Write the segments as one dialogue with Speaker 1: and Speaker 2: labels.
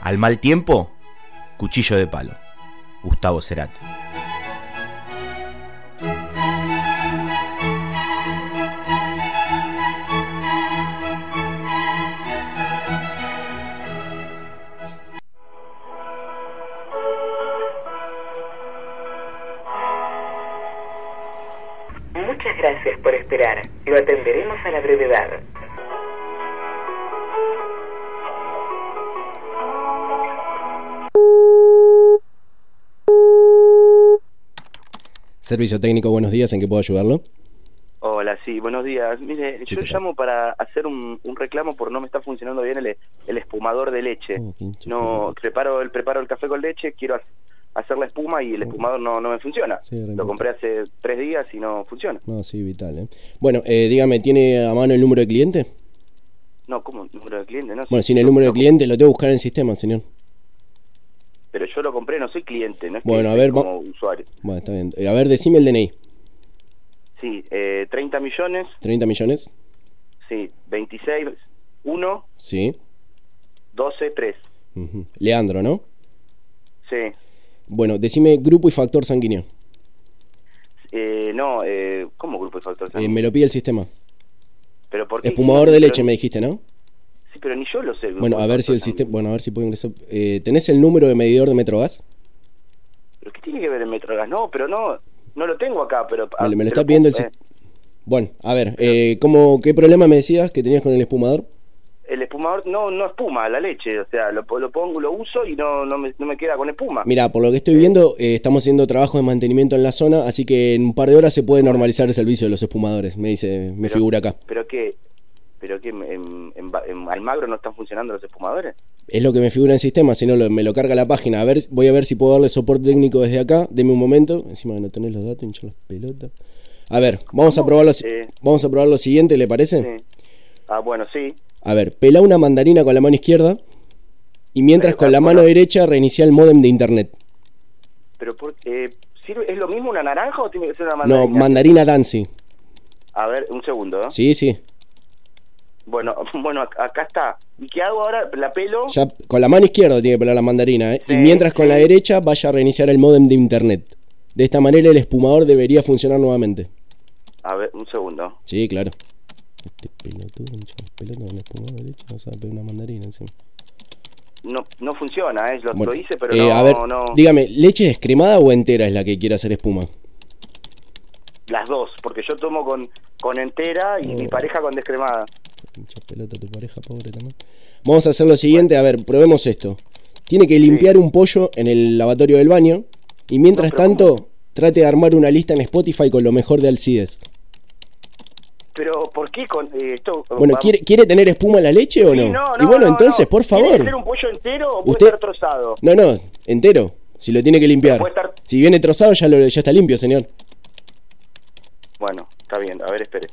Speaker 1: Al mal tiempo, cuchillo de palo. Gustavo Cerati.
Speaker 2: Muchas gracias por esperar. Lo atenderemos a la brevedad.
Speaker 3: Servicio técnico, buenos días, ¿en qué puedo ayudarlo?
Speaker 4: Hola, sí, buenos días. Mire,
Speaker 3: Sí,
Speaker 4: yo
Speaker 3: ¿qué tal?
Speaker 4: llamo para hacer un, un reclamo por no me está funcionando bien el, el espumador de leche.
Speaker 3: Oh, qué hincha
Speaker 4: No, preparo el, preparo el café con leche, quiero ha- hacer la espuma y el
Speaker 3: Oh.
Speaker 4: espumador no, no me funciona.
Speaker 3: Sí, ahora
Speaker 4: Lo
Speaker 3: invento.
Speaker 4: compré hace tres días y no funciona.
Speaker 3: No, sí, vital, ¿eh? Bueno, eh, dígame, ¿tiene a mano el número de cliente?
Speaker 4: No, ¿cómo? ¿Número de cliente? No, sé.
Speaker 3: Bueno, sin el
Speaker 4: No,
Speaker 3: número de
Speaker 4: no,
Speaker 3: cliente lo tengo que buscar en el sistema, señor.
Speaker 4: Pero yo lo compré, no soy cliente, no es
Speaker 3: Bueno, a
Speaker 4: que
Speaker 3: ver,
Speaker 4: soy
Speaker 3: va-
Speaker 4: como usuario.
Speaker 3: Bueno, está bien. Eh, a ver, decime el DNI.
Speaker 4: Sí, eh, 30 millones,
Speaker 3: 30 millones.
Speaker 4: sí, 26, 1,
Speaker 3: Sí.
Speaker 4: 12, 3.
Speaker 3: Ujú. Leandro, ¿no?
Speaker 4: Sí.
Speaker 3: Bueno, decime grupo y factor sanguíneo.
Speaker 4: Eh, no, eh, ¿cómo grupo de factores?
Speaker 3: Eh, me lo pide el sistema.
Speaker 4: Pero ¿por qué?
Speaker 3: Espumador de
Speaker 4: Pero-
Speaker 3: leche, me dijiste, ¿no?
Speaker 4: Sí, pero ni yo lo sé. el
Speaker 3: Bueno,
Speaker 4: grupo
Speaker 3: a
Speaker 4: de
Speaker 3: ver si el
Speaker 4: factores.
Speaker 3: sistema. Bueno, a ver si puedo ingresar. Eh, ¿Tenés el número de medidor de Metrogas?
Speaker 4: ¿Pero qué tiene que ver el Metrogas? No, pero no, no lo tengo acá, pero...
Speaker 3: Me, lo- me lo
Speaker 4: pero-
Speaker 3: está pidiendo el
Speaker 4: eh,
Speaker 3: sistema. Bueno, a ver, eh, ¿cómo, ¿qué problema me decías que tenías con el espumador?
Speaker 4: el espumador no, no espuma, la leche, o sea, lo, lo pongo, lo uso y no, no, me, no me queda con espuma.
Speaker 3: Mira, por lo que estoy viendo, eh, estamos haciendo trabajos de mantenimiento en la zona, así que en un par de horas se puede normalizar el servicio de los espumadores, me dice, me
Speaker 4: Pero-
Speaker 3: figura acá.
Speaker 4: Pero que, pero que en, en, en Almagro no están funcionando los espumadores.
Speaker 3: Es lo que me figura en sistema, si no lo- me lo carga la página. A ver, voy a ver si puedo darle soporte técnico desde acá. Deme un momento. Encima de no tener los datos, hincho las pelotas. A ver, vamos a
Speaker 4: ¿Cómo?
Speaker 3: probar lo, si-
Speaker 4: Eh.
Speaker 3: vamos a probar lo siguiente, ¿le parece?
Speaker 4: Sí. Ah, bueno, sí.
Speaker 3: A ver, pelá una mandarina con la mano izquierda y mientras
Speaker 4: Pero,
Speaker 3: con la
Speaker 4: bueno.
Speaker 3: mano derecha reinicia el módem de internet.
Speaker 4: Pero por, eh, ¿sirve- ¿es lo mismo una naranja o tiene que ser una
Speaker 3: No,
Speaker 4: mandarina?
Speaker 3: mandarina dancy.
Speaker 4: A ver, un segundo. ¿eh?
Speaker 3: Sí, sí.
Speaker 4: Bueno, bueno, ac- acá está. ¿Y qué hago ahora? ¿La pelo?
Speaker 3: Ya con la mano izquierda tiene que pelar la mandarina, ¿eh? y
Speaker 4: Sí,
Speaker 3: mientras con
Speaker 4: sí.
Speaker 3: la derecha vaya a reiniciar el módem de internet. De esta manera el espumador debería funcionar nuevamente.
Speaker 4: A ver, un segundo.
Speaker 3: Sí, claro. Este pelotudo, hincha las pelotas con el espumador derecho, no sabe pegar una mandarina encima.
Speaker 4: No, no funciona, ¿eh? Lo,
Speaker 3: Bueno,
Speaker 4: lo hice, pero
Speaker 3: eh,
Speaker 4: no,
Speaker 3: a ver,
Speaker 4: no...
Speaker 3: dígame, ¿leche descremada o entera es la que quiere hacer espuma?
Speaker 4: Las dos, porque yo tomo con, con entera y
Speaker 3: Oh.
Speaker 4: mi pareja con descremada.
Speaker 3: Pincha pelota tu pareja, pobre también. Vamos a hacer lo siguiente, a ver, probemos esto. Tiene que limpiar un pollo en el lavatorio del baño y mientras
Speaker 4: No, pero
Speaker 3: tanto trate de armar una lista en Spotify con lo mejor de Alcides.
Speaker 4: Pero, ¿por qué con eh, esto?
Speaker 3: Bueno,
Speaker 4: va-
Speaker 3: ¿quiere, ¿quiere tener espuma en la leche o
Speaker 4: Sí,
Speaker 3: no?
Speaker 4: no,
Speaker 3: y
Speaker 4: no,
Speaker 3: bueno,
Speaker 4: no,
Speaker 3: entonces,
Speaker 4: no.
Speaker 3: por
Speaker 4: ¿Tiene que ser
Speaker 3: favor.
Speaker 4: un pollo entero o puede
Speaker 3: Usted-
Speaker 4: estar trozado?
Speaker 3: No, no, entero. Si lo tiene que limpiar.
Speaker 4: Pero puede estar-
Speaker 3: Si viene trozado ya, lo, ya está limpio, señor.
Speaker 4: Bueno, está bien, a ver, espere.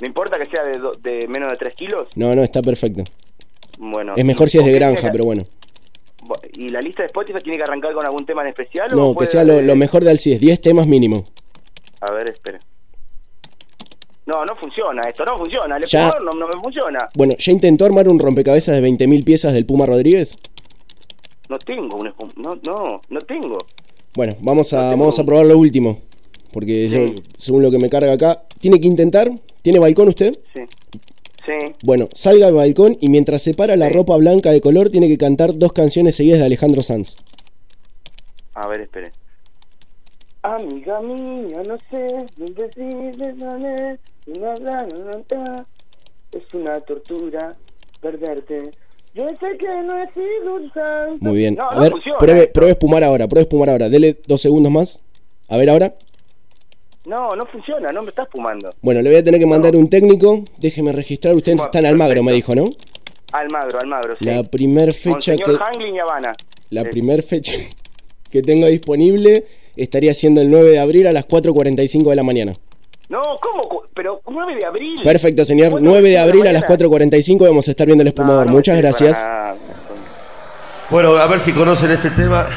Speaker 4: ¿No importa que sea de, do- de menos de 3 kilos?
Speaker 3: No, no, está perfecto.
Speaker 4: Bueno.
Speaker 3: Es mejor
Speaker 4: ¿y
Speaker 3: si es de
Speaker 4: con qué
Speaker 3: granja,
Speaker 4: tiene
Speaker 3: pero bueno.
Speaker 4: que- bu- ¿Y la lista de Spotify tiene que arrancar con algún tema en especial? o
Speaker 3: No, que
Speaker 4: puede
Speaker 3: sea lo,
Speaker 4: darle-
Speaker 3: lo mejor de Alcides. 10 temas mínimo.
Speaker 4: A ver, espere. No, no funciona esto, no funciona. El
Speaker 3: Ya.
Speaker 4: espumador no, no me funciona.
Speaker 3: Bueno, ¿ya intentó armar un rompecabezas de 20.000 piezas del Puma Rodríguez?
Speaker 4: No tengo un espum- No, no, no tengo.
Speaker 3: Bueno, vamos
Speaker 4: No
Speaker 3: a,
Speaker 4: tengo
Speaker 3: vamos a
Speaker 4: un-
Speaker 3: probar lo último. Porque es lo-
Speaker 4: Sí.
Speaker 3: según lo que me carga acá, tiene que intentar. ¿Tiene balcón usted?
Speaker 4: Sí. Sí.
Speaker 3: Bueno, salga al balcón y mientras separa la
Speaker 4: Sí.
Speaker 3: ropa blanca de color, tiene que cantar dos canciones seguidas de Alejandro Sanz.
Speaker 4: A ver, espere. Amiga mía, no sé, dónde vives, vale, una granada. Es una tortura perderte. Yo sé que no he sido un santo.
Speaker 3: Muy bien.
Speaker 4: No,
Speaker 3: a
Speaker 4: no
Speaker 3: ver,
Speaker 4: funciona
Speaker 3: pruebe,
Speaker 4: esto.
Speaker 3: pruebe espumar ahora, pruebe espumar ahora. Dele dos segundos más. A ver ahora.
Speaker 4: No, no funciona, no me estás fumando.
Speaker 3: Bueno, le voy a tener que mandar un técnico. Déjeme registrar. Usted
Speaker 4: Bueno,
Speaker 3: está en Almagro, me dijo,
Speaker 4: perfecto.
Speaker 3: ¿no?
Speaker 4: Almagro, Almagro, sí.
Speaker 3: La primer
Speaker 4: Con
Speaker 3: fecha
Speaker 4: señor
Speaker 3: que.
Speaker 4: Hanglin y Habana.
Speaker 3: La
Speaker 4: Sí.
Speaker 3: primer fecha que tengo disponible estaría siendo el 9 de abril a las 4.45 de la mañana.
Speaker 4: No, ¿cómo? cu- Pero 9 de abril.
Speaker 3: Perfecto, señor.
Speaker 4: Bueno,
Speaker 3: 9 de abril a las
Speaker 4: mañana.
Speaker 3: 4.45 vamos a estar viendo el
Speaker 4: No,
Speaker 3: espumador.
Speaker 4: no me
Speaker 3: Muchas
Speaker 4: sirve para
Speaker 3: gracias.
Speaker 4: nada.
Speaker 5: Bueno, a ver si conocen este tema.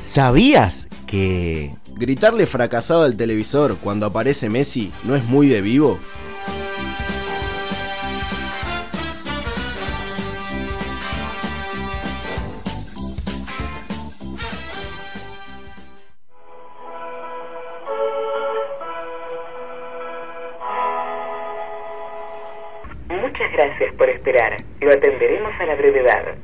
Speaker 1: ¿Sabías que
Speaker 6: Gritarle fracasado al televisor cuando aparece Messi no es muy de vivo.
Speaker 2: Muchas gracias por esperar. Lo atenderemos a la brevedad.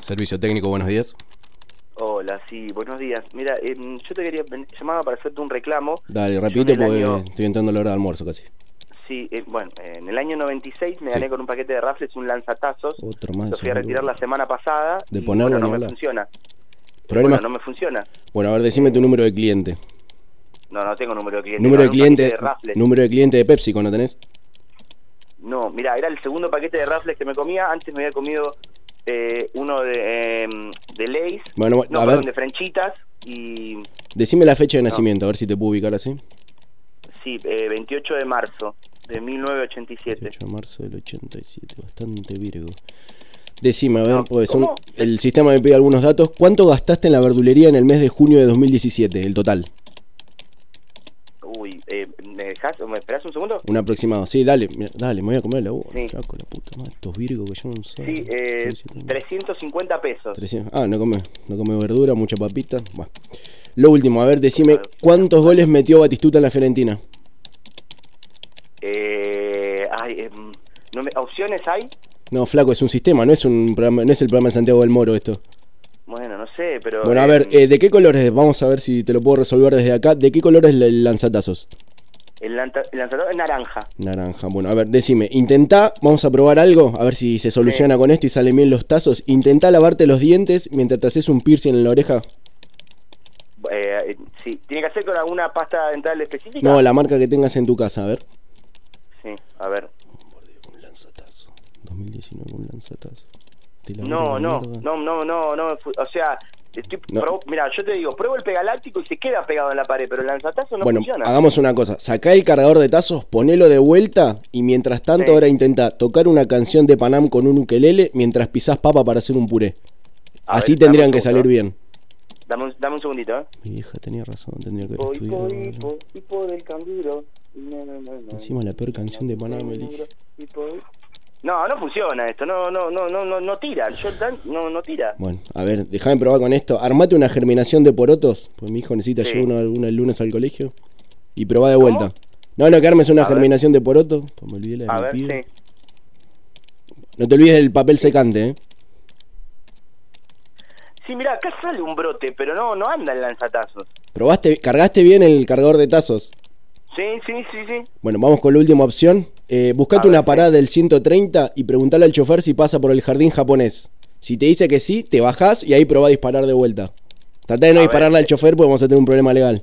Speaker 6: Servicio técnico, buenos días.
Speaker 4: Hola, sí, buenos días. Mira, em, yo te quería ven- llamaba para hacerte un reclamo.
Speaker 3: Dale,
Speaker 4: Yo
Speaker 3: repite
Speaker 4: en el
Speaker 3: porque
Speaker 4: año-
Speaker 3: estoy entrando a la hora de almuerzo casi.
Speaker 4: Sí, eh, bueno, eh, en el año 96 me
Speaker 3: Sí.
Speaker 4: gané con un paquete de rafles un lanzatazos.
Speaker 3: Otro más. de
Speaker 4: Lo fui a
Speaker 3: esos
Speaker 4: retirar la
Speaker 3: boludos.
Speaker 4: semana pasada.
Speaker 3: De
Speaker 4: y,
Speaker 3: ponerlo
Speaker 4: bueno,
Speaker 3: ni
Speaker 4: no me
Speaker 3: hablar.
Speaker 4: funciona.
Speaker 3: Problemas.
Speaker 4: Bueno, no me funciona.
Speaker 3: Bueno, a ver, decime tu número de cliente.
Speaker 4: No, no tengo número de cliente.
Speaker 3: Número de
Speaker 4: Gané un paquete
Speaker 3: cliente,
Speaker 4: rafles.
Speaker 3: número de cliente de Pepsi, ¿no tenés?
Speaker 4: No, mira, era el segundo paquete de rafles que me comía. Antes me había comido eh, uno de, em, de Lays.
Speaker 3: Bueno,
Speaker 4: no,
Speaker 3: a
Speaker 4: perdón,
Speaker 3: ver.
Speaker 4: de Frenchitas. Y
Speaker 3: Decime la fecha de nacimiento, a ver si te puedo ubicar así.
Speaker 4: sí, eh, 28 de marzo de 1987.
Speaker 3: 18 de marzo del 87, bastante virgo. Decime, a ver,
Speaker 4: No,
Speaker 3: porque son-
Speaker 4: ¿cómo?
Speaker 3: el sistema me pide algunos datos. ¿Cuánto gastaste en la verdulería en el mes de junio de 2017, el total?
Speaker 4: Uy, eh, ¿me dejás? ¿Me esperás un segundo?
Speaker 3: Un aproximado. Sí, dale, mira, dale, me voy a comer la uva.
Speaker 4: Sí.
Speaker 3: Flaco, la puta madre, estos virgos que yo no sé.
Speaker 4: Sí, eh, 350 pesos.
Speaker 3: 300. Ah, no come, no come verdura, mucha papita. Bueno. Lo último, a ver, decime, ¿cuántos goles metió Batistuta en la Fiorentina?
Speaker 4: Eh, ay, em, no me- ¿Opciones hay?
Speaker 3: No, flaco, es un sistema, no es un programa, no es el programa de Santiago del Moro esto.
Speaker 4: Bueno, no sé, pero...
Speaker 3: Bueno, a
Speaker 4: em,
Speaker 3: ver, eh, ¿de qué colores? Vamos a ver si te lo puedo resolver desde acá. ¿De qué color es el lanzatazos?
Speaker 4: El, lanta- el lanzador es naranja.
Speaker 3: Naranja. Bueno, a ver, decime, intentá, vamos a probar algo, a ver si se soluciona con esto y salen bien los tazos. Intentá lavarte los dientes mientras te haces un piercing en la oreja.
Speaker 4: Eh, eh, sí, ¿tiene que hacer con alguna pasta dental específica?
Speaker 3: No, la marca que tengas en tu casa, a ver.
Speaker 4: Sí, a ver.
Speaker 3: Un lanzatazo. 2019, un lanzatazo. Te la
Speaker 4: No,
Speaker 3: mando a la
Speaker 4: no,
Speaker 3: mierda.
Speaker 4: no, no, no, no. fu- O sea, estoy...
Speaker 3: No.
Speaker 4: mira, yo te digo, pruebo el pegaláctico y se queda pegado en la pared, pero el lanzatazo no
Speaker 3: bueno,
Speaker 4: funciona.
Speaker 3: hagamos una cosa. Sacá el cargador de tazos, ponelo de vuelta y mientras tanto
Speaker 4: Sí.
Speaker 3: ahora intenta tocar una canción de Panam con un ukelele mientras pisás papa para hacer un puré.
Speaker 4: A
Speaker 3: Así
Speaker 4: ver,
Speaker 3: tendrían
Speaker 4: dame
Speaker 3: que
Speaker 4: un
Speaker 3: salir
Speaker 4: segundo.
Speaker 3: bien.
Speaker 4: Dame un, dame un segundito, ¿eh?
Speaker 3: Mi vieja tenía razón, tendría que haber
Speaker 4: Voy
Speaker 3: estudiado.
Speaker 4: por, y
Speaker 3: boludo.
Speaker 4: por, y por el canguro. No, no, no, no.
Speaker 3: Encima la peor canción de Panam,
Speaker 4: No,
Speaker 3: elige.
Speaker 4: y por- No, no funciona esto, no, no, no, no, no, no tira, el short dance no, no tira.
Speaker 3: Bueno, a ver, déjame probar con esto. Armate una germinación de porotos, pues mi hijo necesita
Speaker 4: Sí.
Speaker 3: llevar uno, alguno el lunes al colegio. Y probá de vuelta. No, no, que armes una
Speaker 4: A ver.
Speaker 3: germinación de porotos. Pues me olvidé la de
Speaker 4: A
Speaker 3: mi
Speaker 4: ver,
Speaker 3: pibe.
Speaker 4: sí.
Speaker 3: No te olvides del papel secante, ¿eh?
Speaker 4: Sí, mira, acá sale un brote, pero no, no anda el lanzatazo.
Speaker 3: ¿Probaste, cargaste bien el cargador de tazos?
Speaker 4: Sí, sí, sí, sí.
Speaker 3: Bueno, vamos con la última opción. Eh, buscate
Speaker 4: A
Speaker 3: una
Speaker 4: ver,
Speaker 3: parada del 130 y preguntale al chofer si pasa por el jardín japonés. Si te dice que sí, te bajás y ahí probá a disparar de vuelta. Tratá de no
Speaker 4: A ver.
Speaker 3: dispararle al chofer porque vamos a tener un problema legal.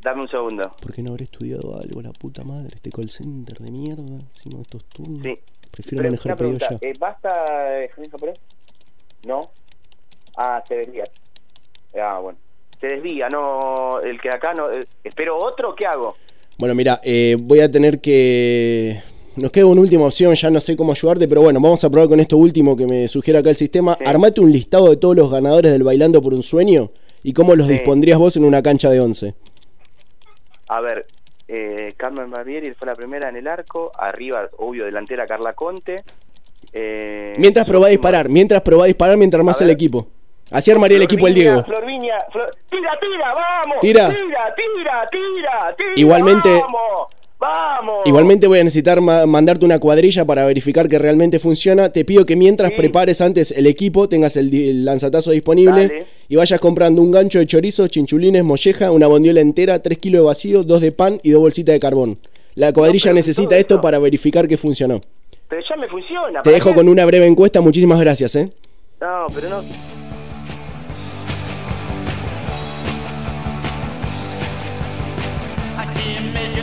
Speaker 4: Dame un segundo.
Speaker 3: ¿Por qué no habré estudiado algo, la puta madre? Este call center de mierda, encima de estos turnos.
Speaker 4: Sí.
Speaker 3: Prefiero
Speaker 4: Pero
Speaker 3: manejar
Speaker 4: una
Speaker 3: pedido
Speaker 4: pregunta,
Speaker 3: ya.
Speaker 4: eh, ¿basta eh, Jardín Japonés? No. Ah, se desvía. Ah, bueno. Se desvía, no, el que acá no... eh, ¿Espero otro? ¿Qué hago?
Speaker 3: Bueno, mira, eh, voy a tener que. Nos queda una última opción, ya no sé cómo ayudarte, pero bueno, vamos a probar con esto último que me sugiere acá el sistema.
Speaker 4: Sí.
Speaker 3: Armate un listado de todos los ganadores del Bailando por un Sueño y cómo los
Speaker 4: Sí.
Speaker 3: dispondrías vos en una cancha de 11.
Speaker 4: A ver, eh, Carmen Barbieri fue la primera en el arco. Arriba, obvio, delantera Carla Conte. Eh,
Speaker 3: Mientras probá a
Speaker 4: último-
Speaker 3: disparar, mientras probá a disparar, mientras armás el
Speaker 4: ver.
Speaker 3: equipo. Así armaría el equipo el
Speaker 4: Florviña,
Speaker 3: Diego.
Speaker 4: Florviña, Flor- tira, tira, vamos.
Speaker 3: Tira.
Speaker 4: tira, tira, tira, tira,
Speaker 3: Igualmente-
Speaker 4: Vamos, vamos.
Speaker 3: Igualmente voy a necesitar ma- mandarte una cuadrilla para verificar que realmente funciona. Te pido que mientras
Speaker 4: Sí.
Speaker 3: prepares antes el equipo, tengas el, di- el lanzatazo disponible
Speaker 4: Dale.
Speaker 3: y vayas comprando un gancho de chorizo, chinchulines, molleja, una bondiola entera, 3 kilos de vacío, 2 de pan y 2 bolsitas de carbón. La cuadrilla
Speaker 4: pero
Speaker 3: necesita
Speaker 4: todo
Speaker 3: esto
Speaker 4: eso.
Speaker 3: para verificar que funcionó.
Speaker 4: Pero ya me funciona.
Speaker 3: Te dejo con una breve encuesta, muchísimas gracias, ¿eh?
Speaker 4: No, pero no.
Speaker 7: I can't make